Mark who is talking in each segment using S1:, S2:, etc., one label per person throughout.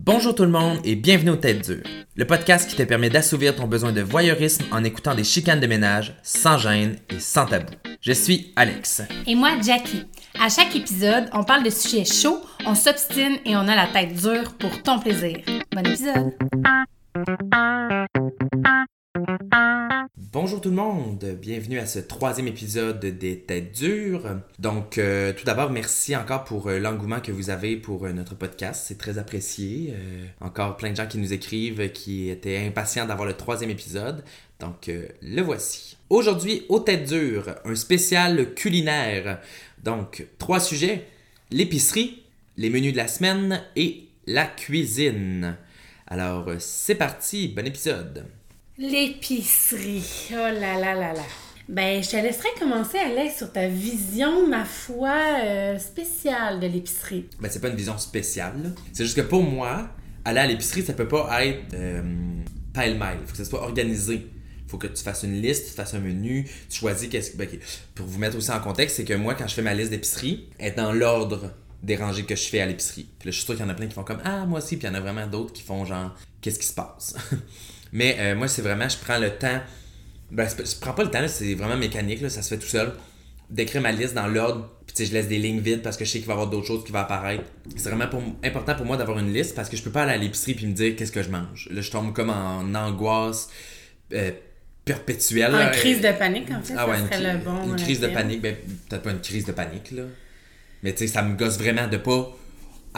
S1: Bonjour tout le monde et bienvenue au Têtes Dures, le podcast qui te permet d'assouvir ton besoin de voyeurisme en écoutant des chicanes de ménage sans gêne et sans tabou. Je suis Alex.
S2: Et moi, Jackie. À chaque épisode, on parle de sujets chauds, on s'obstine et on a la tête dure pour ton plaisir. Bon épisode!
S1: Bonjour tout le monde, bienvenue à ce troisième épisode des Têtes Dures. Donc, euh, tout d'abord, merci encore pour euh, l'engouement que vous avez pour euh, notre podcast, c'est très apprécié. Euh, encore plein de gens qui nous écrivent, euh, qui étaient impatients d'avoir le troisième épisode. Donc, euh, le voici. Aujourd'hui, aux Têtes Dures, un spécial culinaire. Donc, trois sujets, l'épicerie, les menus de la semaine et la cuisine. Alors, euh, c'est parti, bon épisode.
S3: L'épicerie. Oh là là là là. Ben, je te laisserai commencer, Alex, sur ta vision, ma foi, euh, spéciale de l'épicerie.
S1: ben, c'est pas une vision spéciale. là. C'est juste que pour moi, aller à l'épicerie, ça peut pas être euh, pêle-mêle. Faut que ça soit organisé. Faut que tu fasses une liste, tu fasses un menu, tu choisis qu'est-ce que. ben, ok. Pour vous mettre aussi en contexte, c'est que moi, quand je fais ma liste d'épicerie, elle est dans l'ordre des rangées que je fais à l'épicerie. Puis là, je suis sûr qu'il y en a plein qui font comme Ah, moi aussi, puis il y en a vraiment d'autres qui font genre Qu'est-ce qui se passe Mais euh, moi, c'est vraiment, je prends le temps. Ben, c'est pas- je prends pas le temps, là, c'est vraiment mécanique, là, ça se fait tout seul. D'écrire ma liste dans l'ordre, puis tu sais, je laisse des lignes vides parce que je sais qu'il va y avoir d'autres choses qui vont apparaître. C'est vraiment pour- important pour moi d'avoir une liste parce que je peux pas aller à l'épicerie puis me dire qu'est-ce que je mange. Là, je tombe comme en angoisse euh, perpétuelle.
S3: En
S1: là,
S3: crise
S1: et-
S3: de panique, en fait,
S1: ah
S3: ça
S1: ouais, une,
S3: serait
S1: cri-
S3: le bon.
S1: une
S3: euh,
S1: crise de
S3: terme.
S1: panique, ben, peut-être pas une crise de panique, là. Mais tu sais, ça me gosse vraiment de pas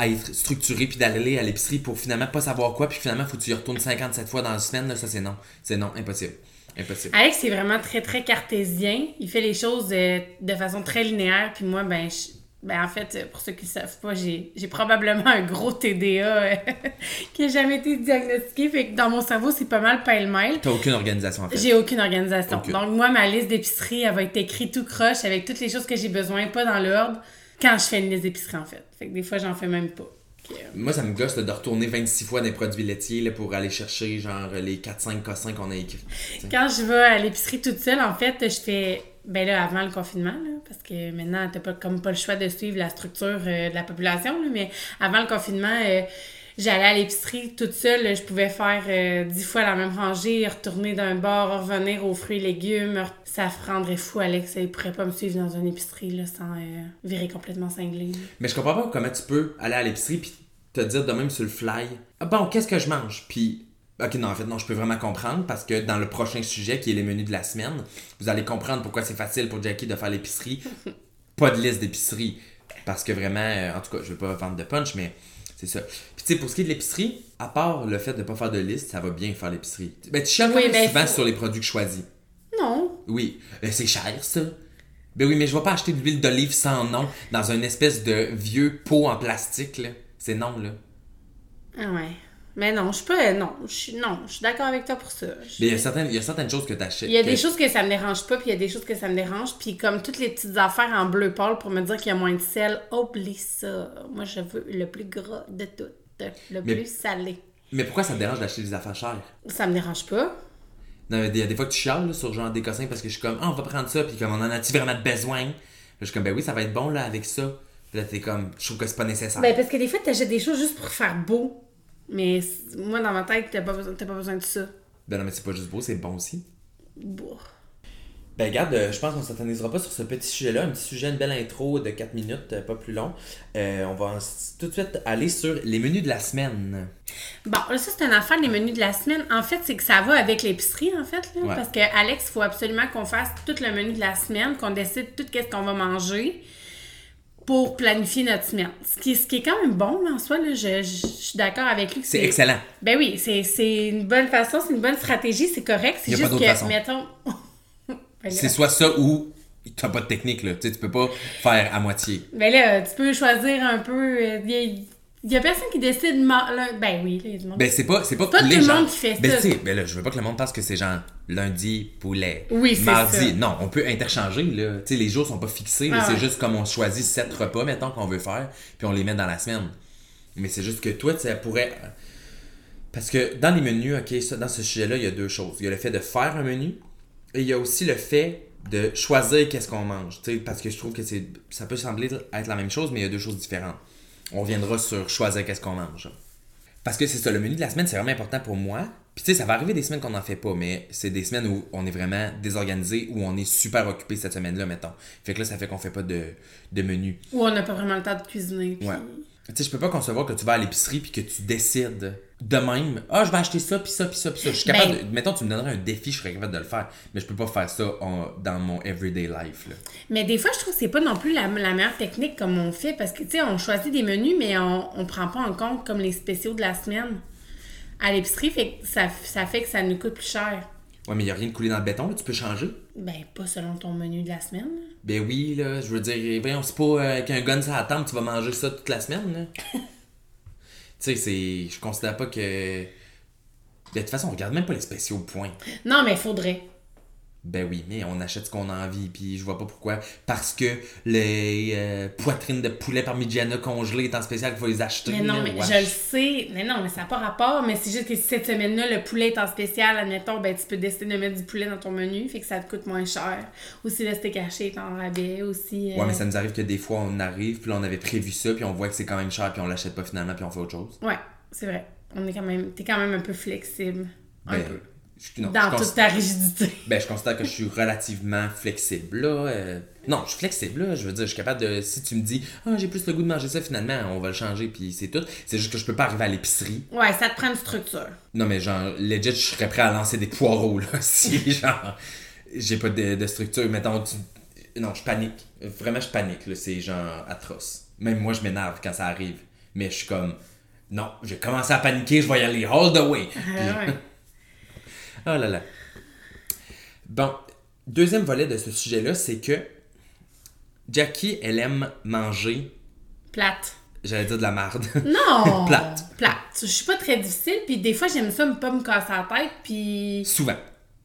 S1: être structuré puis d'aller à l'épicerie pour finalement pas savoir quoi, puis finalement, faut que tu y retournes 57 fois dans la semaine, là, ça c'est non. C'est non, impossible. Impossible.
S3: Alex, c'est vraiment très, très cartésien. Il fait les choses euh, de façon très linéaire. Puis moi, ben, je- ben en fait, euh, pour ceux qui ne savent pas, j'ai j'ai probablement un gros TDA euh, qui n'a jamais été diagnostiqué. Fait que dans mon cerveau, c'est pas mal pêle-mêle.
S1: T'as aucune organisation en fait.
S3: J'ai aucune organisation.
S1: Aucune.
S3: Donc, moi, ma liste d'épicerie, elle va être écrite tout croche avec toutes les choses que j'ai besoin, pas dans l'ordre, quand je fais une liste d'épicerie, en fait. Fait que des fois, j'en fais même pas. Fait que, euh,
S1: Moi, ça me gosse là, de retourner 26 fois des produits laitiers là, pour aller chercher genre les 4-5 cossins qu'on a écrits.
S3: Quand je vais à l'épicerie toute seule, en fait, je fais. Ben là, avant le confinement, là, parce que maintenant, t'as pas, comme pas le choix de suivre la structure euh, de la population, là, mais avant le confinement, euh, j'allais à l'épicerie toute seule. là, Je pouvais faire euh, dix fois la même rangée, retourner d'un bord, revenir aux fruits et légumes. re- Ça prendrait fou, Alex. Ils pourraient pas me suivre dans une épicerie là, sans euh, virer complètement cinglé.
S1: Mais je comprends pas comment tu peux aller à l'épicerie puis te dire de même sur le fly Ah bon, qu'est-ce que je mange Puis, ok, non, en fait, non, je peux vraiment comprendre parce que dans le prochain sujet qui est les menus de la semaine, vous allez comprendre pourquoi c'est facile pour Jackie de faire l'épicerie. pas de liste d'épicerie. Parce que vraiment, euh, en tout cas, je vais pas vendre de punch, mais c'est ça. Puis tu sais, pour ce qui est de l'épicerie, à part le fait de pas faire de liste, ça va bien faire l'épicerie. Ben, tu chiales
S3: Oui,
S1: quand même
S3: ben,
S1: souvent
S3: faut-
S1: sur les produits que je choisis.
S3: Non,
S1: Oui, Euh, c'est cher ça. Ben oui, mais je vais pas acheter de l'huile d'olive sans nom dans une espèce de vieux pot en plastique là. C'est non là.
S3: Ah ouais. Mais non, je peux. Non, je suis- non, je suis d'accord avec toi pour ça. Je-
S1: Mais il y a certaines, il y a certaines choses que t'achètes.
S3: Il y a des
S1: que-
S3: choses que ça me dérange pas, puis il y a des choses que ça me dérange. Puis comme toutes les petites affaires en bleu pâle pour me dire qu'il y a moins de sel, oublie ça. Moi, je veux le plus gras de toutes, le
S1: Mais-
S3: plus salé.
S1: Mais pourquoi ça te dérange d'acheter des affaires chères
S3: Ça me dérange pas.
S1: Non, mais il y a des fois que tu chiales là, sur genre des cossins parce que je suis comme ah on va prendre ça puis comme on en a-tu vraiment besoin. Là, je suis comme ben oui ça va être bon là avec ça. Puis là t'es comme je trouve que c'est pas nécessaire.
S3: Ben, parce que des fois, t'achètes des choses juste pour faire beau. Mais c- moi, dans ma tête, t'as pas, besoin- t'as pas besoin de ça.
S1: ben non mais c'est pas juste beau c'est bon aussi.
S3: Boah.
S1: Ben regarde, euh, je pense qu'on s'attendra pas sur ce petit sujet-là, un petit sujet, une belle intro de 4 minutes, euh, pas plus long. Euh, on va en- tout de suite aller sur les menus de la semaine.
S3: Bon, là, ça, c'est une affaire des menus de la semaine. En fait, c'est que ça va avec l'épicerie, en fait. Là,
S1: Ouais.
S3: Parce que Alex, il faut absolument qu'on fasse tout le menu de la semaine, qu'on décide tout qu'est-ce qu'on va manger pour planifier notre semaine. Ce qui, ce qui est quand même bon, là, en soi, là, je, je- je suis d'accord avec lui. que
S1: C'est excellent.
S3: Ben oui, c'est c'est une bonne façon, c'est une bonne stratégie, c'est correct. C'est
S1: Y a pas
S3: juste
S1: d'autre
S3: que,
S1: façon.
S3: mettons... Ben là,
S1: C'est soit ça ou t'as pas de technique, là. Tu sais, tu peux pas faire à moitié.
S3: Ben là, tu peux choisir un peu... Il y, a personne qui décide... ma- là, Ben oui, là, il y a du monde.
S1: Ben c'est pas, c'est pas,
S3: Pas
S1: poulet,
S3: tout le
S1: genre-
S3: monde qui fait
S1: ben,
S3: ça.
S1: tu sais, ben là, je veux pas que le monde pense que c'est genre lundi, poulet.
S3: Oui, c'est
S1: Mardi,
S3: ça.
S1: non, on peut interchanger, là. Tu sais, les jours sont pas fixés, là.
S3: Ah
S1: c'est
S3: ouais.
S1: juste comme on choisit sept repas, mettons, qu'on veut faire, puis on les met dans la semaine. Mais c'est juste que toi, tu sais, elle pourrait. Parce que dans les menus, ok, ça, dans ce sujet-là, il y a deux choses. Il y a le fait de faire un menu, et il y a aussi le fait de choisir qu'est-ce qu'on mange. Tu sais, parce que je trouve que c'est, ça peut sembler être la même chose, mais il y a deux choses différentes. On reviendra sur choisir qu'est-ce qu'on mange. Parce que c'est ça, le menu de la semaine, c'est vraiment important pour moi. Puis tu sais, ça va arriver des semaines qu'on n'en fait pas, mais c'est des semaines où on est vraiment désorganisé, où on est super occupé cette semaine-là, mettons. Fait que là, ça fait qu'on fait pas de, de menu.
S3: Ou on n'a pas vraiment le temps de cuisiner. puis-
S1: Ouais. Tu sais, je peux pas concevoir que tu vas à l'épicerie puis que tu décides de même, ah, je vais acheter ça, puis ça, puis ça, puis ça. Je suis capable
S2: Ben-
S1: de- Mettons, tu me donnerais un défi, je serais capable de le faire, mais je peux pas faire ça en- dans mon everyday life. Là.
S3: Mais des fois, je trouve que c'est pas non plus la, la meilleure technique comme on fait parce que, tu sais, on choisit des menus, mais on, on prend pas en compte comme les spéciaux de la semaine à l'épicerie. Fait que ça, ça fait que ça nous coûte plus cher.
S1: Ouais, mais il a rien de coulé dans le béton, là, tu peux changer.
S3: Ben, pas selon ton menu de la semaine. là.
S1: Ben oui, là, je veux dire, voyons, c'est pas euh, qu'un gun ça attend, tu vas manger ça toute la semaine, là. tu sais, c'est. Je considère pas que. Ben, De toute façon, on regarde même pas les spéciaux points.
S3: Non, mais faudrait.
S1: Ben oui, mais on achète ce qu'on a envie, puis je vois pas pourquoi. Parce que les euh, poitrines de poulet parmigiana congelées est en spécial qu'il faut les acheter.
S3: Mais non,
S1: là,
S3: mais
S1: wesh.
S3: je le sais. Mais non, mais ça n'a pas rapport. Mais c'est juste que cette semaine-là, le poulet est en spécial. Admettons, ben, tu peux décider de mettre du poulet dans ton menu. Fait que ça te coûte moins cher. Ou si le steak haché est en rabais. euh, Aussi.
S1: Ouais, mais ça nous arrive que des fois on arrive, puis là on avait prévu ça, puis on voit que c'est quand même cher, puis on l'achète pas finalement, puis on fait autre chose.
S3: Ouais, c'est vrai. On est quand même... T'es quand même un peu flexible. Un
S1: Ben,
S3: peu.
S1: je, non,
S3: Dans
S1: je
S3: toute ta rigidité.
S1: Ben, je considère que je suis relativement flexible, là. euh, Non, je suis flexible, là. Je veux dire, je suis capable de... Si tu me dis « Ah, j'ai plus le goût de manger ça, finalement, on va le changer, puis c'est tout. » C'est juste que je peux pas arriver à l'épicerie.
S3: Ouais, ça te prend une structure.
S1: Non, mais genre, legit, je serais prêt à lancer des poireaux, là, si, genre, j'ai pas de, de structure. Mettons, tu- Non, je panique. Vraiment, je panique, là. C'est, genre, atroce. Même moi, je m'énerve quand ça arrive. Mais je suis comme... Non, j'ai commencé à paniquer, je vais y aller all the way.
S3: Ah
S1: Puis-
S3: ouais.
S1: Oh là là. Bon, deuxième volet de ce sujet-là, c'est que Jackie, elle aime manger,
S3: Plate.
S1: j'allais dire de la marde.
S3: Non!
S1: Plate.
S3: Plate. Je suis pas très difficile, puis des fois, j'aime ça me pas me casser la tête, puis...
S1: Souvent.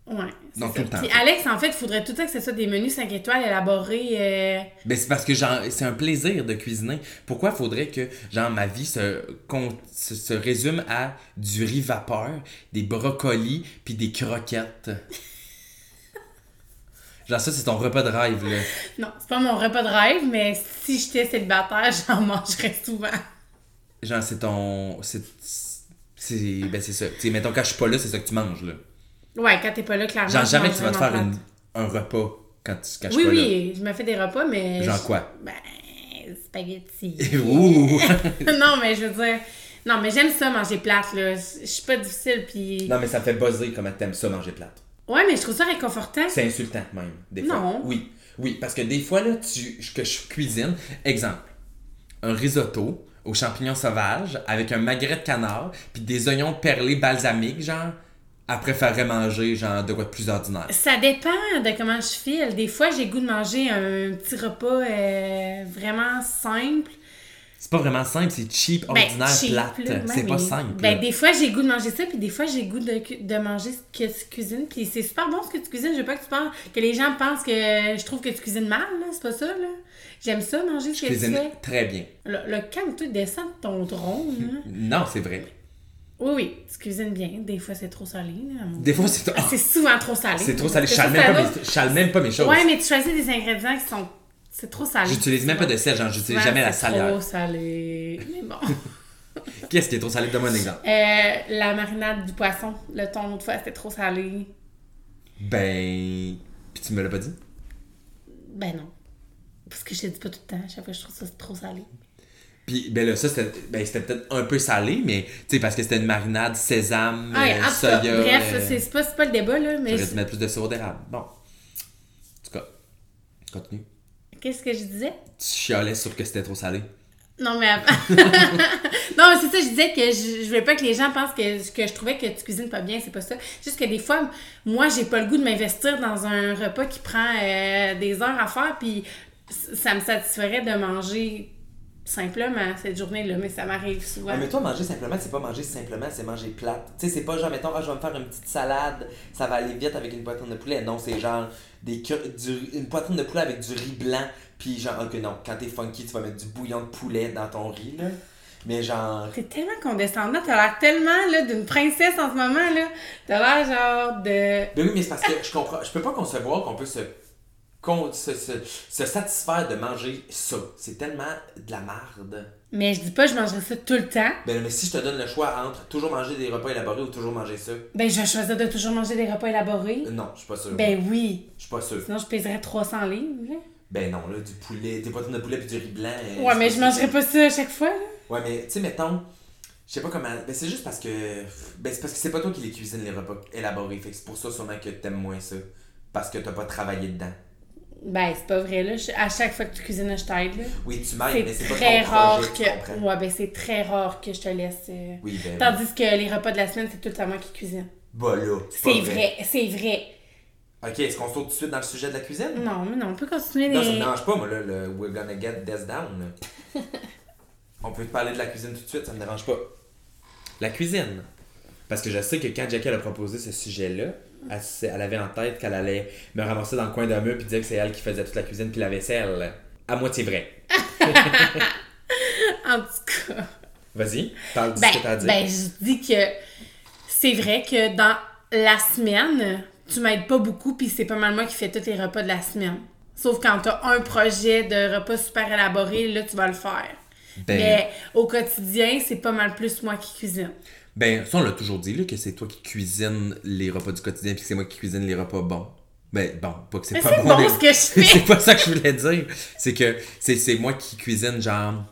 S3: Ouais. c'est
S1: Non,
S3: ça.
S1: tout le temps,
S3: Puis
S1: en fait.
S3: Alex, en fait, il faudrait tout le temps que ce soit des menus 5 étoiles élaborés... euh,
S1: Ben, c'est parce que genre, c'est un plaisir de cuisiner. Pourquoi faudrait que genre ma vie se, con- se, se résume à du riz vapeur, des brocolis puis des croquettes? genre ça, c'est ton repas de rêve, là.
S3: Non, c'est pas mon repas de rêve, mais si j'étais célibataire, j'en mangerais souvent.
S1: Genre, c'est ton... C'est... c'est- Ben, c'est ça. Tu sais, mettons, quand je suis pas là, c'est ça que tu manges, là.
S3: Ouais, quand t'es pas là, clairement...
S1: Genre,
S3: je
S1: jamais
S3: mange
S1: tu vas te
S3: vraiment
S1: faire une- un repas quand tu
S3: plate.
S1: caches
S3: Oui,
S1: pas
S3: oui, je me fais des repas, mais...
S1: là. Genre
S3: je-
S1: quoi?
S3: Ben, spaghetti.
S1: Ouh!
S3: non, mais je veux dire. Non, mais j'aime ça manger plate, là. Je je suis pas difficile, puis.
S1: non, mais ça me fait buzzer comment t'aimes ça manger plate.
S3: Ouais, mais je trouve ça réconfortant.
S1: C'est insultant, même, des fois.
S3: Non.
S1: Oui. Oui, parce que des fois, là, tu, que je cuisine, exemple, un risotto aux champignons sauvages avec un magret de canard puis des oignons perlés balsamiques, genre, elle préférerait manger, genre, de quoi de plus ordinaire.
S3: Ça dépend de comment je file. Des fois, j'ai goût de manger un petit repas euh, vraiment simple.
S1: C'est pas vraiment simple, c'est cheap,
S3: Ben,
S1: ordinaire,
S3: cheap,
S1: plate.
S3: là, ouais,
S1: C'est pas
S3: mais-
S1: simple.
S3: Ben,
S1: là.
S3: des fois, j'ai goût de manger ça, puis des fois, j'ai goût de, cu- de manger ce que tu cuisines. Puis c'est super bon ce que tu cuisines. Je veux pas que tu penses que les gens pensent que je trouve que tu cuisines mal, là. C'est pas ça, là. J'aime ça, manger ce
S1: Je
S3: que tu
S1: cuisine
S3: fais.
S1: très bien.
S3: Le, le calme, tu descends de ton drone,
S1: Hmm.
S3: là.
S1: Non, c'est vrai.
S3: Oui, oui, tu cuisines bien. Des fois, c'est trop salé. là.
S1: Des fois, c'est...
S3: Ah, C'est souvent trop salé.
S1: C'est trop salé. Je
S3: Parce Mmh.
S1: chale
S3: que
S1: même,
S3: ça
S1: pas
S3: va-
S1: mes- je chale même pas mes choses.
S3: Ouais, mais tu choisis des ingrédients qui sont. C'est trop salé.
S1: J'utilise même pas de sel, genre, j'utilise
S3: Ouais,
S1: jamais la
S3: c'est
S1: salière.
S3: trop salé. Mais bon.
S1: Qu'est-ce qui est trop salé? Donne-moi un exemple.
S3: Euh, la marinade du poisson, le thon, l'autre fois, c'était trop salé.
S1: Ben. Puis tu me l'as pas dit?
S3: Ben non. Parce que je te dis pas tout le temps. À chaque fois, je trouve ça trop salé.
S1: Puis, ben là, ça, c'était ben, c'était peut-être un peu salé, mais tu sais, parce que c'était une marinade sésame,
S3: Ah,
S1: euh,
S3: en tout cas,
S1: soya.
S3: bref,
S1: euh,
S3: c'est c'est pas, c'est pas le débat, là. Mais
S1: J'aurais dû mettre plus de sirop d'érable. Bon. En tout cas, continue.
S3: qu'est-ce que je disais?
S1: Tu chialais sur que c'était trop salé.
S3: Non, mais avant. non, mais c'est ça, je disais que je, je voulais pas que les gens pensent que, que je trouvais que tu cuisines pas bien, c'est pas ça. Juste que des fois, moi, j'ai pas le goût de m'investir dans un repas qui prend euh, des heures à faire, puis c- ça me satisferait de manger simplement cette journée-là, mais ça m'arrive souvent.
S1: Ah, toi, manger simplement, c'est pas manger simplement, c'est manger plate. Tu sais, c'est pas genre, mettons, ah, je vais me faire une petite salade, ça va aller vite avec une poitrine de poulet. Non, c'est genre des, une poitrine de poulet avec du riz blanc. Puis genre, que non, quand t'es funky, tu vas mettre du bouillon de poulet dans ton riz, là. Mais genre,
S3: T'es tellement condescendant, t'as l'air tellement là, d'une princesse en ce moment, là. T'as l'air genre de.
S1: Ben oui, mais c'est parce que je comprends. Je peux pas concevoir qu'on peut se con- se, se- se satisfaire de manger ça. C'est tellement de la marde.
S3: Mais je dis pas, je mangerais ça tout le temps.
S1: Ben, mais si je te donne le choix entre toujours manger des repas élaborés ou toujours manger ça,
S3: Ben, je vais choisir de toujours manger des repas élaborés.
S1: non, je suis pas sûr.
S3: Ben oui.
S1: Je suis pas sûr.
S3: Sinon, je pèserais 300 livres. là.
S1: Ben non, là, du poulet, des poitrines de poulet puis du riz blanc. euh,
S3: Ouais,
S1: c'est
S3: mais je mangerais pas ça à chaque fois. là.
S1: Ouais, mais tu sais, mettons, je sais pas comment. Ben, c'est juste parce que. Ben, c'est parce que c'est pas toi qui les cuisines, les repas élaborés. Fait que c'est pour ça sûrement que t'aimes moins ça. Parce que t'as pas travaillé dedans.
S3: Ben, c'est pas vrai, là. Je- À chaque fois que tu cuisines, je t'aide, là.
S1: Oui, tu m'aides, mais
S3: C'est
S1: c'est pas
S3: très
S1: ton
S3: rare
S1: projet, tu
S3: que.
S1: comprends.
S3: Ouais, ben, c'est très rare que je te laisse. euh,
S1: Oui, ben. oui.
S3: Tandis que les repas de la semaine, c'est tout le temps moi qui cuisine.
S1: Bah là. pas
S3: C'est vrai, c'est vrai.
S1: Ok, est-ce qu'on saute tout de suite dans le sujet de la cuisine?
S3: Non, mais non, on peut continuer
S1: Non, ça
S3: les.
S1: me dérange pas, moi, là, le We're gonna get this down. là. On peut te parler de la cuisine tout de suite, ça me dérange pas. La cuisine. Parce que je sais que quand Jackie elle a proposé ce sujet-là, elle, s- elle avait en tête qu'elle allait me ramasser dans le coin d'un mur puis dire que c'est elle qui faisait toute la cuisine puis la vaisselle. À moitié vrai.
S3: En tout cas.
S1: Vas-y, parle de
S3: Ben,
S1: ce que t'as à dire.
S3: ben, je dis que c'est vrai que dans la semaine, tu m'aides pas beaucoup, puis c'est pas mal moi qui fais tous les repas de la semaine. Sauf quand t'as un projet de repas super élaboré, là, tu vas le faire.
S1: Ben.
S3: Mais au quotidien, c'est pas mal plus moi qui cuisine.
S1: Ben, ça, on l'a toujours dit, là, que c'est toi qui cuisines les repas du quotidien puis que c'est moi qui cuisine les repas bons. Ben, bon, pas que c'est
S3: Mais
S1: pas
S3: c'est
S1: bon.
S3: bon
S1: mais-
S3: ce que je fais!
S1: c'est pas ça que je voulais dire. C'est que c'est c'est moi qui cuisine, genre,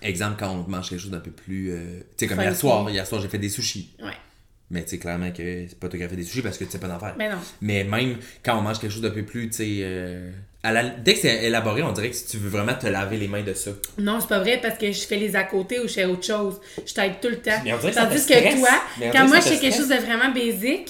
S1: exemple, quand on mange quelque chose d'un peu plus. euh, tu sais, comme hier
S3: Funky.
S1: soir, hier soir, j'ai fait des sushis.
S3: Ouais.
S1: Mais tu sais, clairement que c'est pas toi qui as fait des sushis parce que tu sais pas d'en faire.
S3: Ben non.
S1: Mais même quand on mange quelque chose d'un peu plus, tu sais. euh, à la- Dès que c'est élaboré, on dirait que tu veux vraiment te laver les mains de ça.
S3: Non, c'est pas vrai parce que je fais les à côté ou je fais autre chose. Je t'aide tout le temps.
S1: Mais on dirait que ça
S3: Tandis
S1: te
S3: que
S1: stresse.
S3: toi,
S1: Mais on dirait
S3: quand
S1: que
S3: moi
S1: ça
S3: je
S1: te
S3: fais quelque
S1: stresse.
S3: chose de vraiment basique,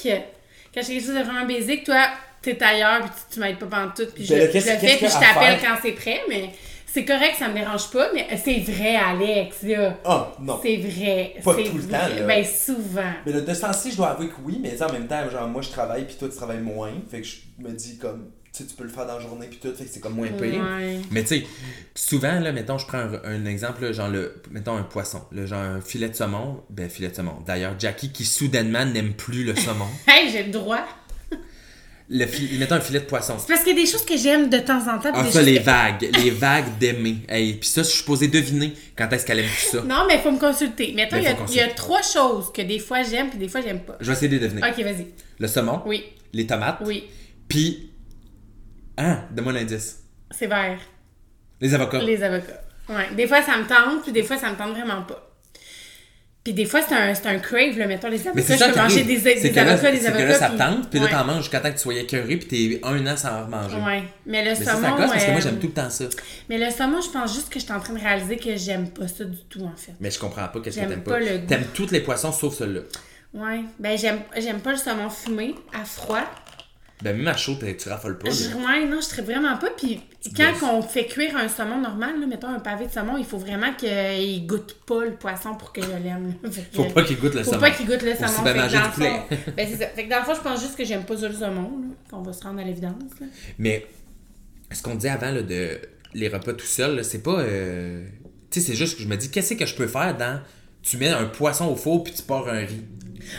S3: quand je fais quelque chose de vraiment basique, toi, t'es ailleurs puis tu, tu m'aides pas pantoute puis je,
S1: Ben là,
S3: je le
S1: qu'est-ce-
S3: fais
S1: qu'est-ce
S3: puis je
S1: qu'il y a à
S3: t'appelle
S1: faire?
S3: quand c'est prêt, mais c'est correct, ça me dérange pas, mais c'est vrai, Alex, là.
S1: Ah, non.
S3: C'est vrai.
S1: Pas
S3: c'est
S1: tout le
S3: vrai.
S1: temps, là.
S3: Ben souvent.
S1: Mais de ce temps-ci, je dois avouer que oui, mais en même temps, genre, moi, je travaille, puis toi, tu travailles moins. Fait que je me dis, comme, tu sais, tu peux le faire dans la journée, puis tout, fait que c'est comme moins payé.
S3: Ouais.
S1: Mais tu sais, souvent, là, mettons, je prends un, un exemple, là, genre, le, mettons, un poisson, là, genre, un filet de saumon, ben, filet de saumon. D'ailleurs, Jackie, qui soudainement n'aime plus le saumon,
S3: Hey, j'ai le droit.
S1: le fi- mettons, un filet de poisson.
S3: C'est parce qu'il y a des choses que j'aime de temps en temps. puis
S1: Ah,
S3: des
S1: ça,
S3: choses
S1: les
S3: que-
S1: vagues, les vagues d'aimer. Hey, puis ça, je suis supposé deviner quand est-ce qu'elle aime tout ça.
S3: Non, mais faut me consulter. Mettons,
S1: Mais
S3: il y a-
S1: faut
S3: il y a trois choses que des fois j'aime puis des fois j'aime pas.
S1: Je vais essayer de les deviner.
S3: Ok, vas-y.
S1: Le saumon,
S3: Oui,
S1: les tomates,
S3: oui.
S1: puis... Hein? Donne-moi l'indice.
S3: C'est vert.
S1: Les avocats.
S3: Les avocats. Ouais. Des fois, ça me tente, puis des fois, ça me tente vraiment pas. Puis des fois, c'est un, c'est un crave, là. Mettons, les
S1: Mais
S3: avocats,
S1: c'est
S3: je
S1: ça
S3: peux
S1: qui
S3: manger
S1: arrive.
S3: des,
S1: C'est
S3: des
S1: que là,
S3: avocats, des
S1: c'est
S3: avocats.
S1: que là, ça te tente, puis là,
S3: ouais.
S1: t'en manges jusqu'à temps que tu sois écœuré, puis t'es un an sans en remanger.
S3: Ouais. Mais le
S1: Mais ça,
S3: saumon.
S1: ça gosse, parce que moi,
S3: euh,
S1: j'aime tout le temps ça.
S3: Mais le saumon, je pense juste que je suis en train de réaliser que j'aime pas ça du tout, en fait.
S1: Mais je comprends pas qu'est-ce que
S3: J'aime
S1: t'aimes
S3: pas
S1: pas.
S3: le goût.
S1: T'aimes tous les poissons sauf celui-là.
S3: Ouais. Ben, j'aime j'aime pas le saumon fumé, à froid.
S1: Ben, même à chaud, t'es- tu raffoles pas. là.
S3: Je- ouais, non, je serais vraiment pas. Puis quand on fait cuire un saumon normal, là, mettons un pavé de saumon, il faut vraiment qu'il goûte pas le poisson pour que je l'aime. là. Fait que-
S1: Faut pas qu'il goûte le
S3: Faut
S1: saumon.
S3: pas qu'il goûte le saumon.
S1: bien
S3: Fait que
S1: manger
S3: dans
S1: du
S3: le
S1: poulet.
S3: fond- ben c'est ça. Fait que dans le fond, je pense juste que j'aime pas ça, le saumon, là, qu'on va se rendre à l'évidence. là.
S1: Mais ce qu'on dit avant là, de les repas tout seul, là, c'est pas. euh, Tu sais, c'est juste que je me dis, qu'est-ce que je peux faire dans. Tu mets un poisson au four puis tu pars un riz.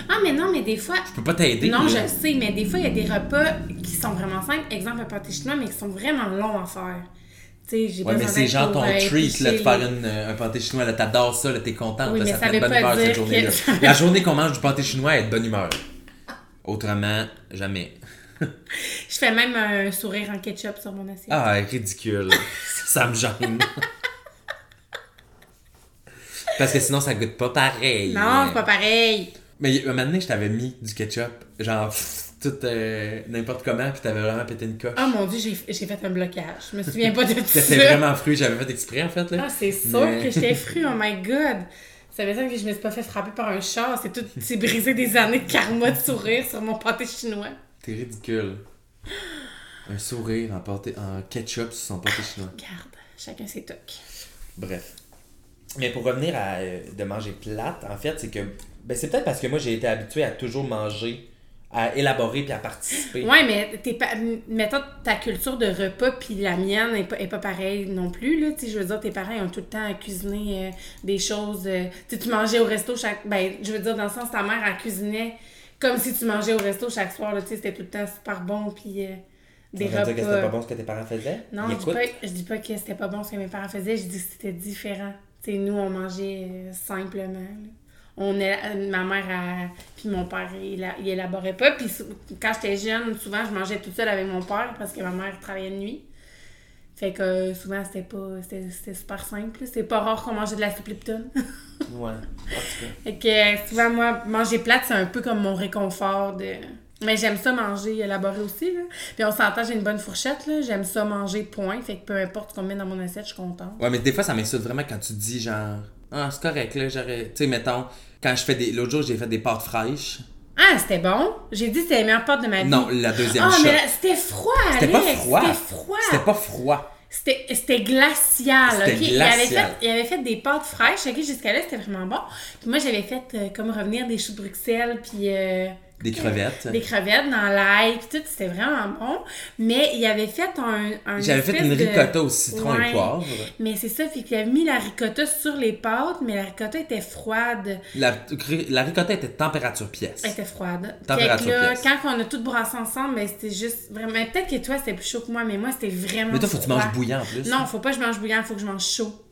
S3: Ah, mais non, mais des fois.
S1: Je peux pas t'aider.
S3: Non,
S1: là.
S3: je sais, mais des fois, il y a des repas qui sont vraiment simples. Exemple, un pâté chinois, mais qui sont vraiment longs à faire. Tu sais, j'ai
S1: Ouais,
S3: pas
S1: mais
S3: besoin
S1: c'est
S3: d'être
S1: genre ton
S3: pour, euh,
S1: treat, là, de
S3: éplucher
S1: faire
S3: les-
S1: une, euh, un pâté chinois, là, t'adores ça, là, t'es contente,
S3: Oui,
S1: là,
S3: mais
S1: ça,
S3: ça
S1: te met de
S3: veut
S1: bonne
S3: pas
S1: humeur cette
S3: dire
S1: journée-là.
S3: que-
S1: La journée qu'on mange du pâté chinois, elle est de bonne humeur. Autrement, jamais.
S3: Je fais même un sourire en ketchup sur mon assiette.
S1: Ah, ridicule. ça me gêne. Parce que sinon, ça goûte pas pareil.
S3: non, c'est pas pareil.
S1: Mais il- un moment donné, je t'avais mis du ketchup, genre, pff, tout euh, n'importe comment, puis t'avais vraiment pété une coche.
S3: Oh mon dieu, j'ai j'ai fait un blocage. Je me souviens pas de tout ça.
S1: C'était vraiment fruit, j'avais fait exprès, en fait, là.
S3: Ah, c'est sûr
S1: Mais-
S3: que j'étais fru, oh my god! Ça veut dire que je me suis pas fait frapper par un char, c'est tout, c'est brisé des années de karma de sourire sur mon pâté chinois.
S1: T'es ridicule. Un sourire en, pâté, en ketchup sur son pâté chinois.
S3: Regarde, chacun ses tocs.
S1: Bref. Mais pour revenir à euh, de manger plate, en fait, c'est que. Ben, c'est peut-être parce que moi, j'ai été habitué à toujours manger, à élaborer puis à participer.
S3: Ouais, mais t'es pas, m- mettons, ta culture de repas puis la mienne est pas, est pas pareille non plus, là. Tu sais, je veux dire, tes parents ils ont tout le temps à cuisiner euh, des choses. euh, tu sais, tu mangeais au resto chaque. Ben, je veux dire, dans le sens, ta mère, elle cuisinait comme si tu mangeais au resto chaque soir, là. Tu sais, c'était tout le temps super bon puis. euh, Des
S1: Tu vas dire que c'était
S3: repas.
S1: pas bon ce que tes parents faisaient?
S3: Non,
S1: Ils
S3: je dis,
S1: écoutent?
S3: pas, je dis pas que c'était pas bon ce que mes parents faisaient, je dis que c'était différent. Tu sais, nous, on mangeait euh, simplement. là. On est, euh, ma mère elle- puis mon père, il, a- il élaborait pas. Puis sou- quand j'étais jeune, souvent, je mangeais toute seule avec mon père parce que ma mère travaillait de nuit. Fait que euh, souvent, c'était pas c'était c'était super simple. là. C'est pas rare qu'on mangeait de la soupe Lipton.
S1: Ouais. En tout cas.
S3: fait que euh, souvent, moi, manger plate, c'est un peu comme mon réconfort de... Mais j'aime ça manger élaboré aussi, là. Puis on s'entend, j'ai une bonne fourchette, là. J'aime ça manger point. Fait que peu importe ce qu'on met dans mon assiette, je suis contente.
S1: Ouais, mais des fois, ça m'insulte vraiment quand tu dis genre. Ah, c'est correct, là, j'aurais. Tu sais, mettons, quand je fais des. L'autre jour, j'ai fait des pâtes fraîches.
S3: Ah, c'était bon. J'ai dit que c'était la meilleure pâte de ma vie.
S1: Non, la deuxième
S3: Ah,
S1: shot.
S3: mais là, c'était froid,
S1: C'était pas
S3: Alex.
S1: froid.
S3: C'était froid.
S1: C'était pas froid.
S3: C'était c'était glacial,
S1: C'était
S3: ok? Il, avait
S1: glacial.
S3: fait, il avait fait des pâtes fraîches, ok? Jusqu'à là, c'était vraiment bon. Puis moi, j'avais fait euh, comme revenir des choux de Bruxelles, puis... euh,
S1: Des crevettes.
S3: Des crevettes dans l'ail, puis tout, c'était vraiment bon. Mais il avait fait un... un
S1: J'avais fait
S3: espèce
S1: une
S3: de-
S1: ricotta au citron
S3: Ouais.
S1: et poivre.
S3: Mais c'est ça, fait qu'il avait mis la ricotta sur les pâtes, mais la ricotta était froide.
S1: La, la ricotta était température pièce.
S3: Elle était froide.
S1: Température
S3: fait que là,
S1: pièce.
S3: quand on a tout brassé ensemble, ben, c'était juste vraiment. mais Peut-être que toi, c'était plus chaud que moi, mais moi, c'était vraiment.
S1: Mais toi, faut que tu
S3: froid.
S1: manges bouillant en plus.
S3: Non, faut pas que je mange bouillant, faut que je mange chaud.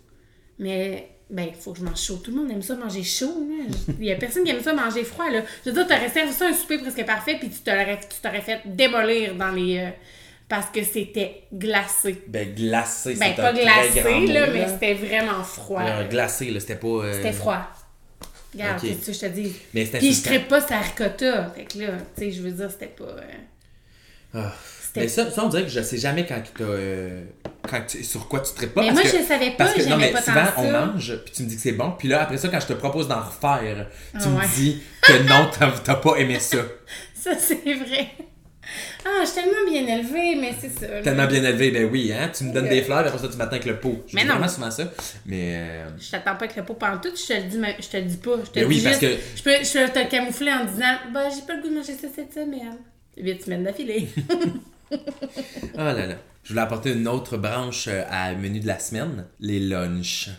S3: Mais, ben, faut que je mange chaud. Tout le monde aime ça manger chaud, là. Il y a personne qui aime ça manger froid, là. Je veux dire, t'aurais servi ça un souper presque parfait, puis tu t'aurais tu t'aurais fait démolir dans les. euh, parce que c'était glacé.
S1: Ben, glacé,
S3: Ben,
S1: c'est
S3: pas
S1: un très
S3: glacé,
S1: grand mot,
S3: là, mais c'était vraiment froid.
S1: Mais un glacé, là, c'était pas. euh,
S3: C'était froid. Regarde,
S1: Ok.
S3: qu'est-ce que je te dis?
S1: Mais c'était
S3: Puis je
S1: insultant.
S3: traite pas sa ricotta. Fait que là, tu sais, je veux dire, c'était pas. euh,
S1: Ah.
S3: C'était-
S1: Mais ça, ça, on dirait que je sais jamais quand que t'as, euh, quand tu- sur quoi tu traites pas.
S3: Mais
S1: parce
S3: moi,
S1: que-
S3: je le savais pas,
S1: Parce que, non,
S3: j'aimais
S1: mais
S3: pas tant
S1: souvent,
S3: ça.
S1: on mange, puis tu me dis que c'est bon. Puis là, après ça, quand je te propose d'en refaire, tu
S3: Ah
S1: me
S3: ouais.
S1: dis que non, t'as t'as pas aimé ça.
S3: Ça, c'est vrai. Ah, je suis tellement bien élevée, mais c'est ça. là.
S1: Tellement bien élevé, ben oui, hein. Tu me donnes
S3: Ok.
S1: des fleurs, puis après ça, tu m'attends avec le pot. Je
S3: Mais
S1: dis
S3: non.
S1: vraiment souvent ça. Mais. euh,
S3: Je t'attends pas avec le pot pantoute, je te le dis, mais je te le dis pas. Je te
S1: Ben
S3: le
S1: oui,
S3: dis
S1: parce
S3: juste,
S1: que-
S3: Je peux je te le camoufler en disant, bah, j'ai pas le goût de manger ça cette semaine. Huit semaines d'affilée.
S1: Oh là là. Je voulais apporter une autre branche euh, à menu de la semaine, les lunchs.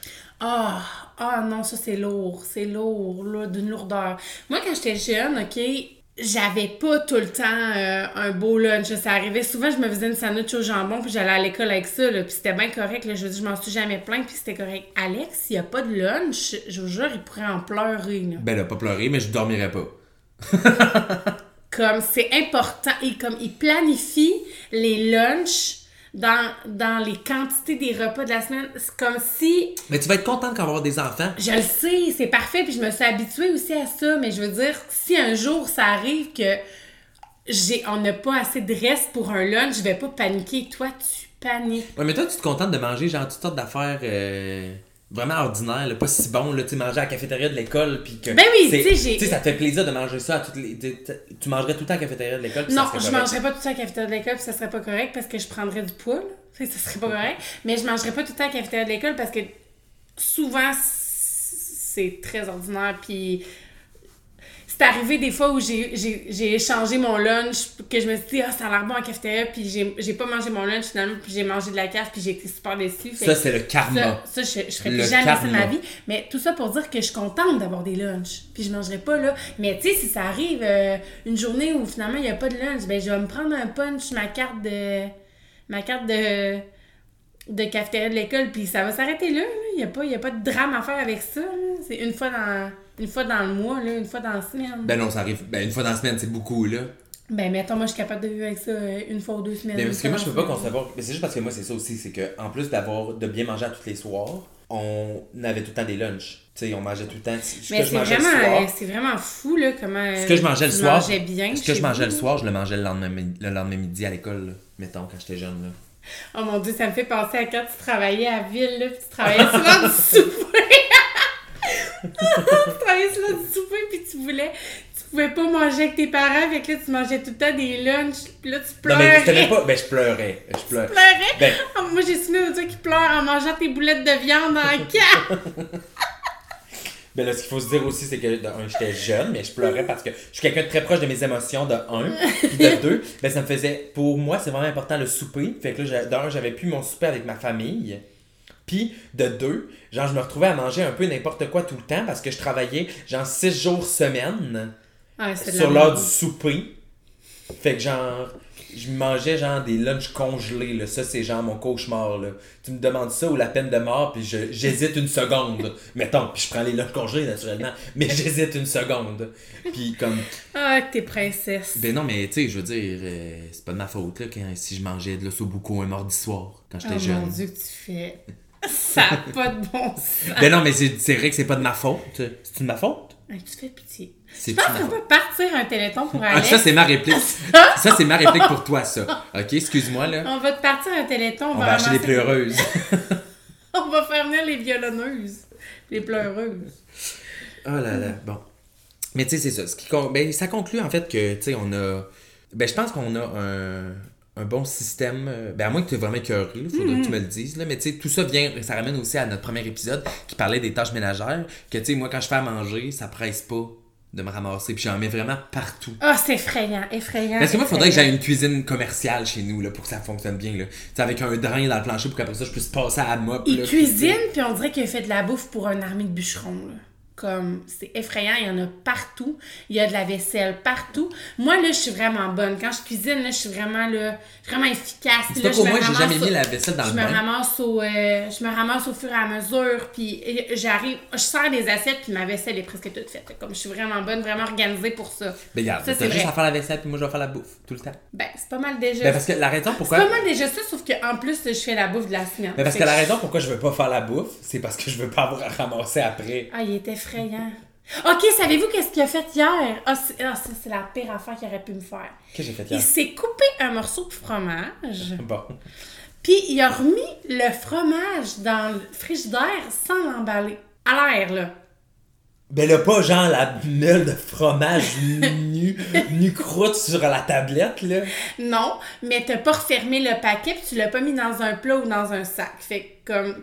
S3: Ah, ah non, ça c'est lourd, c'est lourd, là, d'une lourdeur. Moi, quand j'étais jeune, OK, j'avais pas tout le temps euh, un beau lunch. Ça arrivait souvent, je me faisais une sandwich au jambon, puis j'allais à l'école avec ça, là, puis c'était bien correct. Là, je veux dire, je m'en suis jamais plaint, puis c'était correct. Alex, s'il y a pas de lunch, je vous jure, il pourrait en pleurer, là.
S1: Ben là, pas pleurer, mais je dormirais pas.
S3: Comme c'est important, et comme il planifie les lunchs dans, dans les quantités des repas de la semaine, c'est comme si
S1: Mais tu vas être contente quand on va avoir des enfants.
S3: Je le sais, c'est parfait, puis je me suis habituée aussi à ça, mais je veux dire, si un jour ça arrive que j'ai, on n'a pas assez de reste pour un lunch, je vais pas paniquer. Toi, tu paniques.
S1: Ouais, mais toi, tu te contentes de manger genre toutes sortes d'affaires euh, vraiment ordinaires, là, pas si bon, là, tu sais, manger à la cafétéria de l'école, puis que.
S3: Ben oui,
S1: c'est-
S3: tu sais, j'ai-
S1: Tu sais, ça te fait plaisir de manger ça à toutes les. tu- tu- Tu mangerais tout le temps à la cafétéria de l'école. puis ça
S3: Non,
S1: serait
S3: je
S1: correct.
S3: mangerais pas tout ça à la cafétéria de l'école, puis ça serait pas correct parce que je prendrais du poids, là. Ça, ça serait pas correct. Mais je mangerais pas tout ça à la cafétéria de l'école parce que souvent, c'est très ordinaire, puis c'est arrivé des fois où j'ai- j'ai j'ai échangé mon lunch, que je me suis dit, ah, ça a l'air bon en cafétéria, puis j'ai j'ai pas mangé mon lunch finalement, puis j'ai mangé de la cave, puis j'ai été super déçue. Fait
S1: Ça,
S3: que
S1: c'est le karma.
S3: ça, ça, je, je ferais
S1: Ah, Le
S3: plus jamais ça de ma
S1: karma.
S3: vie. Mais tout ça pour dire que je suis contente d'avoir des lunchs. Puis je mangerai pas là. Mais tu sais, si ça arrive euh, une journée où finalement il n'y a pas de lunch, ben je vais me prendre un punch, ma carte de. ma carte de. de cafétéria de l'école, puis ça va s'arrêter là. Il n'y a, pas- y a pas de drame à faire avec ça. là. C'est une fois dans. Une fois dans le mois, là, une fois dans la semaine.
S1: Ben
S3: Ben,
S1: non, ça arrive. Ben une fois dans la semaine, c'est beaucoup,
S3: Euh,
S1: là.
S3: mettons, moi, je suis capable de vivre avec ça euh, une fois ou deux semaines.
S1: Mais
S3: une
S1: Ben, parce que
S3: fois
S1: moi,
S3: dans
S1: je peux
S3: la
S1: pas
S3: semaine.
S1: concevoir. Mais c'est juste parce que moi, c'est ça aussi, c'est que en plus d'avoir de bien manger à tous les soirs, on avait tout le temps des lunchs. Tu sais, on mangeait tout le temps. Ce
S3: Mais
S1: que je
S3: c'est
S1: mangeais le
S3: vraiment,
S1: soir-
S3: euh, c'est vraiment fou, là, comment.
S1: Ce que je mangeais le
S3: tu
S1: soir.
S3: mangeais bien.
S1: Ce que je
S3: hein, chez
S1: mangeais
S3: vous,
S1: le
S3: là.
S1: soir, je le mangeais le lendemain, mi- le lendemain midi à l'école, là, mettons, quand j'étais jeune. Là.
S3: Oh mon dieu, ça me fait penser à quand tu travaillais à Ville, là, puis tu travaillais souvent du souper. tu travaillais souvent du souper, puis tu voulais... Tu pouvais pas manger avec tes parents, fait que là, tu mangeais tout le temps des lunchs, puis là, tu
S1: Non,
S3: pleurais.
S1: mais c'était pas. Ben, je pleurais. Je pleurais.
S3: pleurais.
S1: Ben-
S3: Ah, moi, j'ai soumis au truc qui pleure en mangeant tes boulettes de viande en cas.
S1: Ben là, ce qu'il faut se dire aussi, c'est que de un, j'étais jeune, mais je pleurais parce que je suis quelqu'un de très proche de mes émotions, de un. Puis de deux, ben ça me faisait. Pour moi, c'est vraiment important le souper. Fait que là, j'a- de un, j'avais plus mon souper avec ma famille. Puis de deux, genre, je me retrouvais à manger un peu n'importe quoi tout le temps parce que je travaillais, genre, six jours semaine
S3: Ouais, Ah, c'est de la
S1: sur l'heure
S3: merde.
S1: du souper. Fait que genre, je mangeais genre des lunchs congelés, là. Ça, c'est genre mon cauchemar, là. Tu me demandes ça ou la peine de mort, puis je- j'hésite une seconde. Mettons, puis je prends les lunchs congelés, naturellement, mais j'hésite une seconde. Puis comme,
S3: Ah, que t'es princesse.
S1: ben non, mais tu sais, je veux dire, euh, c'est pas de ma faute, là, quand- si je mangeais de l'osso beaucoup un mardi soir, quand j'étais
S3: oh mon
S1: jeune.
S3: dieu, que tu fais. Ça n'a pas de bon sens.
S1: Ben non, mais c'est c'est vrai que c'est pas de ma faute. C'est de ma faute?
S3: Ah, tu fais pitié.
S1: C'est
S3: Je
S1: de
S3: pense
S1: ma
S3: qu'on
S1: faute.
S3: peut partir un téléthon pour
S1: Ah,
S3: Alex.
S1: ça, c'est ma réplique. ça, c'est ma réplique pour toi, ça. OK, excuse-moi, là.
S3: On va te partir un téléthon.
S1: On va acheter des
S3: ramasser-
S1: pleureuses.
S3: On va faire venir les violonneuses. Les pleureuses.
S1: Oh là là, bon. Mais tu sais, c'est ça. Ce qui con- ben, ça conclut en fait que, tu sais, on a. Ben, je pense qu'on a un... un bon système. euh, Ben, à moins que tu aies vraiment écœuré, il faudrait
S3: Mm-hmm.
S1: que tu me le dises, là. Mais tu sais, tout ça vient. Ça ramène aussi à notre premier épisode qui parlait des tâches ménagères. Que, tu sais, moi, quand je fais à manger, ça presse pas de me ramasser. Puis j'en mets vraiment partout.
S3: Ah, c'est effrayant, effrayant.
S1: Parce que moi, il faudrait que
S3: effrayant.
S1: j'aille une cuisine commerciale chez nous, là, pour que ça fonctionne bien, là. Tu sais, avec un drain dans le plancher pour qu'après ça, je puisse passer à la mop,
S3: Il
S1: là, puis,
S3: cuisine, puis on dirait qu'il a fait de la bouffe pour une armée de bûcherons. Là. Comme, c'est effrayant, il y en a partout. Il y a de la vaisselle partout. Moi, là, je suis vraiment bonne. Quand je cuisine, là, je suis vraiment, là, je suis vraiment efficace.
S1: C'est
S3: Là,
S1: pas
S3: je
S1: pour
S3: me
S1: moi, j'ai
S3: ramasse
S1: jamais
S3: au-
S1: mis la vaisselle dans
S3: je
S1: le
S3: me
S1: bain.
S3: ramasse au euh, je me ramasse au fur et à mesure puis euh, j'arrive je sers des assiettes puis ma vaisselle est presque toute faite comme je suis vraiment bonne vraiment organisée pour ça
S1: Ben, regarde,
S3: ça
S1: t'as
S3: c'est
S1: juste
S3: vrai
S1: à faire la vaisselle, puis moi, je vais faire la bouffe, tout le temps.
S3: ben c'est pas mal déjà
S1: Ben, parce que la raison pourquoi.
S3: c'est pas mal déjà ça sauf que en plus je fais la bouffe de la semaine
S1: Mais parce
S3: Fait
S1: que la
S3: je-
S1: raison pourquoi je veux pas faire la bouffe, c'est parce que je veux pas avoir à ramasser après.
S3: Ah, il est effrayant. OK, savez-vous qu'est-ce qu'il a fait hier? Ah, c'est- ah, ça, c'est la pire affaire qu'il aurait pu me faire.
S1: Qu'est-ce que j'ai fait
S3: Il
S1: hier?
S3: s'est coupé un morceau de fromage,
S1: Bon.
S3: puis il a remis le fromage dans le frigidaire sans l'emballer. À l'air, là.
S1: Ben là, pas genre la meule de fromage nu, nu croûte sur la tablette, là.
S3: Non, mais t'as pas refermé le paquet, puis tu l'as pas mis dans un plat ou dans un sac. Fait que, comme...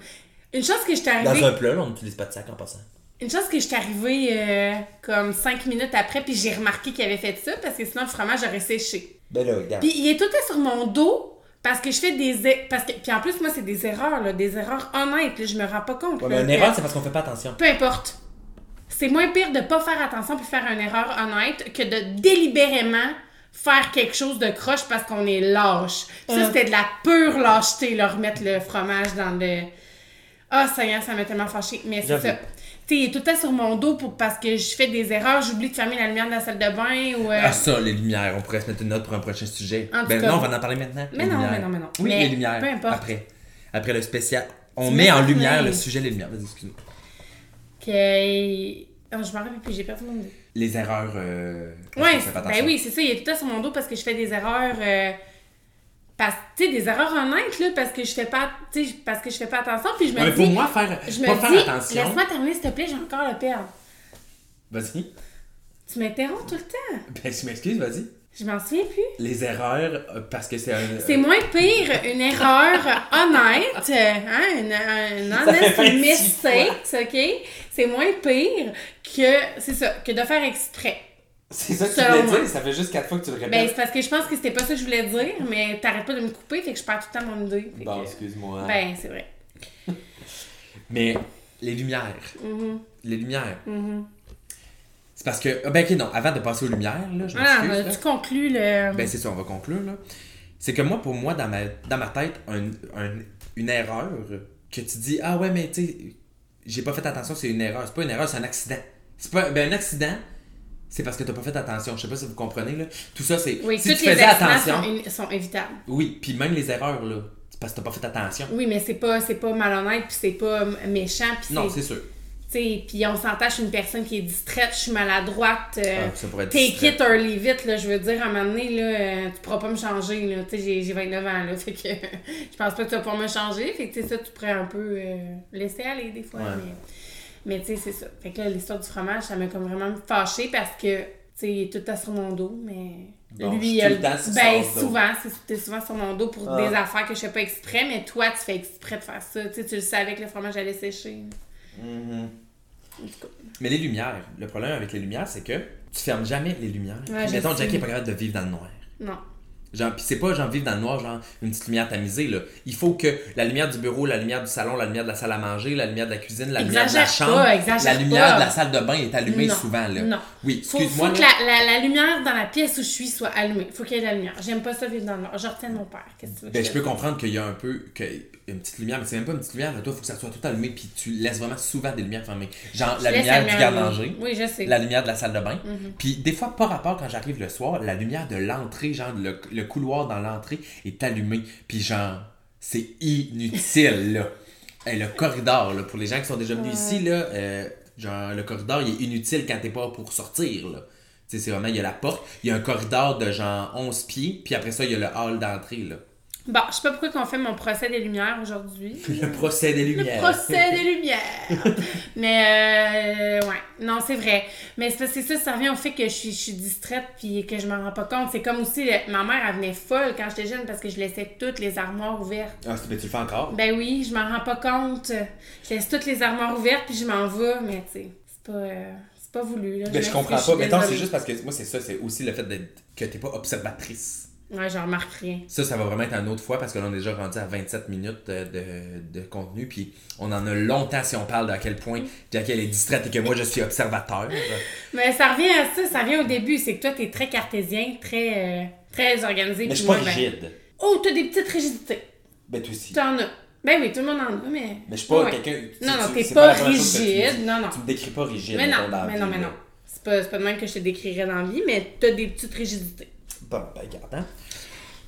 S3: Une chose que je t'ai
S1: Dans
S3: arrivée...
S1: un plat, là, on n'utilise pas de sac en passant.
S3: Une chose que je suis arrivée euh, comme cinq minutes après, puis j'ai remarqué qu'il avait fait ça, parce que sinon le fromage aurait séché.
S1: Ben là, regarde.
S3: Puis il est tout le temps sur mon dos parce que je fais des é- parce que puis en plus moi c'est des erreurs là, des erreurs honnêtes, là, je me rends pas compte.
S1: Ouais,
S3: là,
S1: mais une
S3: que-
S1: erreur, c'est parce qu'on fait pas attention.
S3: peu importe. C'est moins pire de pas faire attention puis faire une erreur honnête que de délibérément faire quelque chose de croche parce qu'on est lâche. Ça c'était de la pure lâcheté là, remettre le fromage dans le Ah Seigneur, ça m'a tellement fâché, mais c'est
S1: J'avoue.
S3: ça. Tu sais, il est tout le temps sur mon dos pour parce que je fais des erreurs, j'oublie de fermer la lumière de la salle de bain ou euh,
S1: Ah ça, les lumières, on pourrait se mettre une note pour un prochain sujet.
S3: En tout
S1: ben
S3: cas-
S1: non, on va en parler maintenant.
S3: Mais
S1: Les
S3: non,
S1: lumières.
S3: mais non, mais non.
S1: Oui,
S3: Mais
S1: les lumières.
S3: peu importe.
S1: Après. Après le spécial. On
S3: Tu
S1: met
S3: m'as
S1: en
S3: parlé.
S1: lumière le sujet des lumières. Vas-y, excuse-moi.
S3: que Ah, je m'en rappelle puis j'ai perdu mon idée.
S1: Les erreurs. Euh, parce
S3: Ouais,
S1: qu'on fait pas
S3: ben
S1: attention.
S3: oui, c'est ça, il est tout le temps sur mon dos parce que je fais des erreurs euh, parce tu sais des erreurs honnêtes là parce que je fais pas tu sais parce que je fais pas attention puis je me
S1: Ouais, mais
S3: dis
S1: pour moi, faire,
S3: je me
S1: pas
S3: dis,
S1: faire attention.
S3: laisse-moi terminer s'il te plaît, j'ai encore le perdre.
S1: Vas-y.
S3: Tu m'interromps tout le temps.
S1: Ben, je m'excuse, vas-y.
S3: Je m'en souviens plus.
S1: Les erreurs, euh, parce que c'est un.
S3: C'est moins pire une erreur honnête, hein, une, un
S1: Ça fait 26
S3: honest mistake, OK C'est moins pire que c'est ça, que de faire exprès.
S1: C'est ça que tu
S3: Selon
S1: voulais
S3: moi.
S1: dire, ça fait juste quatre fois que tu le
S3: Ben
S1: répètes.
S3: c'est parce que je pense que c'était pas ça que je voulais dire, mais t'arrêtes pas de me couper, fait que je perds tout le temps mon idée. fait
S1: bon,
S3: que-
S1: excuse-moi.
S3: Ben, c'est vrai.
S1: Mais les lumières.
S3: Mm-hmm.
S1: Les lumières. C'est parce que. ah, Ben, ok, non, avant de passer aux lumières, là, je
S3: Ah,
S1: m'excuse.
S3: ben,
S1: là.
S3: tu conclus le.
S1: Ben, c'est ça, on va conclure, là. C'est que moi, pour moi, dans ma, dans ma tête, un- un- une erreur que tu dis, ah ouais, mais tu sais, j'ai pas fait attention, c'est une erreur. C'est pas une erreur, c'est un accident. C'est pas, ben, un accident, c'est parce que t'as pas fait attention. Je sais pas si vous comprenez, là. Tout ça, c'est.
S3: oui,
S1: si
S3: toutes
S1: tu
S3: les
S1: faisais
S3: accidents
S1: attention.
S3: sont, in- sont évitables.
S1: Oui, puis même les erreurs, là, c'est parce que t'as pas fait attention.
S3: Oui, mais c'est pas, c'est pas malhonnête, puis c'est pas m- méchant, puis
S1: Non,
S3: c'est.
S1: c'est sûr.
S3: tu sais, Puis on s'entache une personne qui est distraite, je suis maladroite. euh,
S1: Ah, ça pourrait être
S3: Take
S1: distraite.
S3: it or leave it, là, je veux dire, à un moment donné, là, euh, tu pourras pas me changer, là, tu sais, j'ai- j'ai 29 ans, là, fait que je pense pas que tu vas pouvoir me changer, fait que, tu sais, ça, tu pourrais un peu euh, laisser aller des fois,
S1: Ouais.
S3: mais, mais, tu sais, c'est ça. Fait que là, l'histoire du fromage, ça m'a comme vraiment fâchée parce que, tu sais, il est tout le temps sur mon dos, mais
S1: Bon, je
S3: lui,
S1: suis
S3: il a
S1: tout le temps sur
S3: ben,
S1: son dos.
S3: souvent, c'est t'es souvent sur mon dos pour
S1: Ah.
S3: des affaires que je fais pas exprès, mais toi, tu fais exprès de faire ça, tu sais, tu le savais que le fromage allait sécher. En tout cas.
S1: Mais les lumières, le problème avec les lumières, c'est que tu fermes jamais les lumières.
S3: Ouais, je
S1: Mettons,
S3: sais.
S1: Jackie est pas capable de vivre dans le noir.
S3: Non.
S1: Genre, pis c'est pas genre vivre dans le noir, genre une petite lumière tamisée, là. Il faut que la lumière du bureau, la lumière du salon, la lumière de la salle à manger, la lumière de la cuisine, la lumière de la
S3: Exagère
S1: chambre,
S3: pas,
S1: la
S3: exagère
S1: lumière
S3: pas.
S1: de la salle de bain est allumée
S3: Non,
S1: souvent, là.
S3: non.
S1: Oui,
S3: Faut, faut
S1: excuse-moi.
S3: que
S1: là.
S3: la, la- la lumière dans la pièce où je suis soit allumée. Faut qu'il y ait de la lumière. J'aime pas ça vivre dans le noir. Je retiens de mon père. Qu'est-ce que tu veux que
S1: Ben, je peux
S3: fasse?
S1: comprendre qu'il y a un peu que, une petite lumière, mais c'est même pas une petite lumière, mais toi, faut que ça soit tout allumé, puis tu laisses vraiment souvent des lumières fermées. Genre, la
S3: Je laisse
S1: lumière du
S3: allumée.
S1: garde-manger.
S3: Oui, je sais.
S1: la lumière de la salle de bain. Puis des fois, par rapport, quand j'arrive le soir, la lumière de l'entrée, genre le, le couloir dans l'entrée est allumé. Puis genre, c'est inutile, là. Et le corridor, là, pour les gens qui sont déjà venus ici, là, euh, genre, le corridor, il est inutile quand t'es pas pour sortir, là. Tu sais, c'est vraiment, il y a la porte, il y a un corridor de genre 11 pieds, puis après ça, il y a le hall d'entrée, là.
S3: Bon, je sais pas pourquoi qu'on fait mon procès des lumières aujourd'hui.
S1: Le procès des lumières.
S3: procès des lumières. Mais euh, ouais, non, c'est vrai. Mais c'est parce que ça, ça revient au fait que je suis, je suis distraite puis que je m'en rends pas compte. C'est comme aussi, le- ma mère, elle venait folle quand j'étais jeune parce que je laissais toutes les armoires ouvertes.
S1: Ah, c'est- ben, tu le fais encore?
S3: Ben oui, je m'en rends pas compte. Je laisse toutes les armoires ouvertes puis je m'en vais, mais tu sais, c'est pas, euh, c'est pas voulu.
S1: Ben,
S3: Là.
S1: je
S3: m'excuse,
S1: comprends
S3: suis
S1: pas. Mais non, c'est
S3: désolée.
S1: juste parce que moi, c'est ça, c'est aussi le fait d'être- que t'es pas observatrice.
S3: Ouais, je remarque rien.
S1: Ça, ça va vraiment être une autre fois parce que là, on est déjà rendu à 27 minutes de, de- de contenu. Puis on en a longtemps si on parle de à quel point Jackie elle est distraite et que moi je suis observateur.
S3: Mais ça revient à ça, ça revient au début. C'est que toi, t'es très cartésien, très, euh, très organisé.
S1: Mais je
S3: puis
S1: suis pas
S3: moi, ben,
S1: rigide.
S3: Oh, t'as des petites rigidités.
S1: Ben toi aussi.
S3: T'en as. Ben oui, tout le monde en a, mais.
S1: Mais je suis pas
S3: Ouais.
S1: quelqu'un.
S3: Non,
S1: tu-
S3: non,
S1: tu-
S3: t'es
S1: c'est
S3: pas
S1: la première chose que tu me dis.
S3: rigide, non, non.
S1: Tu me décris pas rigide.
S3: Mais non,
S1: mettons, dans la
S3: mais non,
S1: vie,
S3: mais
S1: là.
S3: non. C'est pas, c'est pas de même que je te décrirais dans la vie, mais t'as des petites rigidités.
S1: Bon, ben regarde. hein.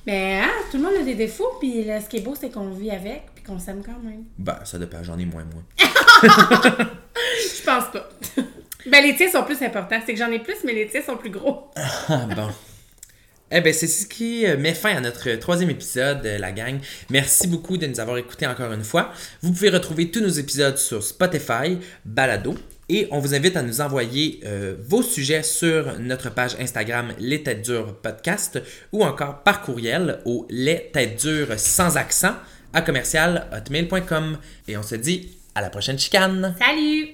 S3: Mais hein, tout le monde a des défauts, puis là, ce qui est beau, c'est qu'on vit avec, puis qu'on s'aime quand même.
S1: Ben ça dépend, j'en ai moins, moi.
S3: Je pense pas. ben les tiens sont plus importants. C'est que j'en ai plus, mais les tiens sont plus gros.
S1: Ah bon. Eh bien, c'est ce qui euh, met fin à notre euh, troisième épisode, euh, la gang. Merci beaucoup de nous avoir écoutés encore une fois. Vous pouvez retrouver tous nos épisodes sur Spotify, Balado, et on vous invite à nous envoyer euh, vos sujets sur notre page Instagram Les Têtes Dures Podcast ou encore par courriel au Les Têtes Dures sans accent à commercial hotmail.com. Et on se dit à la prochaine chicane!
S3: Salut!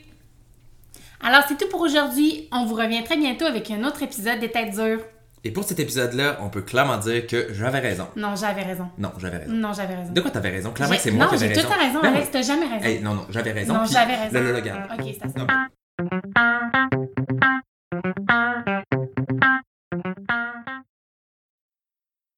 S3: Alors, c'est tout pour aujourd'hui. On vous revient très bientôt avec un autre épisode des Têtes dures.
S1: Et pour cet épisode-là, on peut clairement dire que j'avais raison.
S3: Non, j'avais raison.
S1: Non, j'avais raison.
S3: Non, j'avais raison.
S1: De quoi t'avais raison? Clairement, que c'est
S3: J'ai-
S1: moi
S3: non,
S1: qui avais
S3: j'ai
S1: raison.
S3: tout à raison,
S1: Ben
S3: Alex.
S1: oui.
S3: T'as jamais raison.
S1: Hey, non, non, j'avais raison.
S3: non,
S1: puis-
S3: j'avais raison.
S1: Là, là, là, regarde.
S3: Ok, c'est assez.
S1: Non.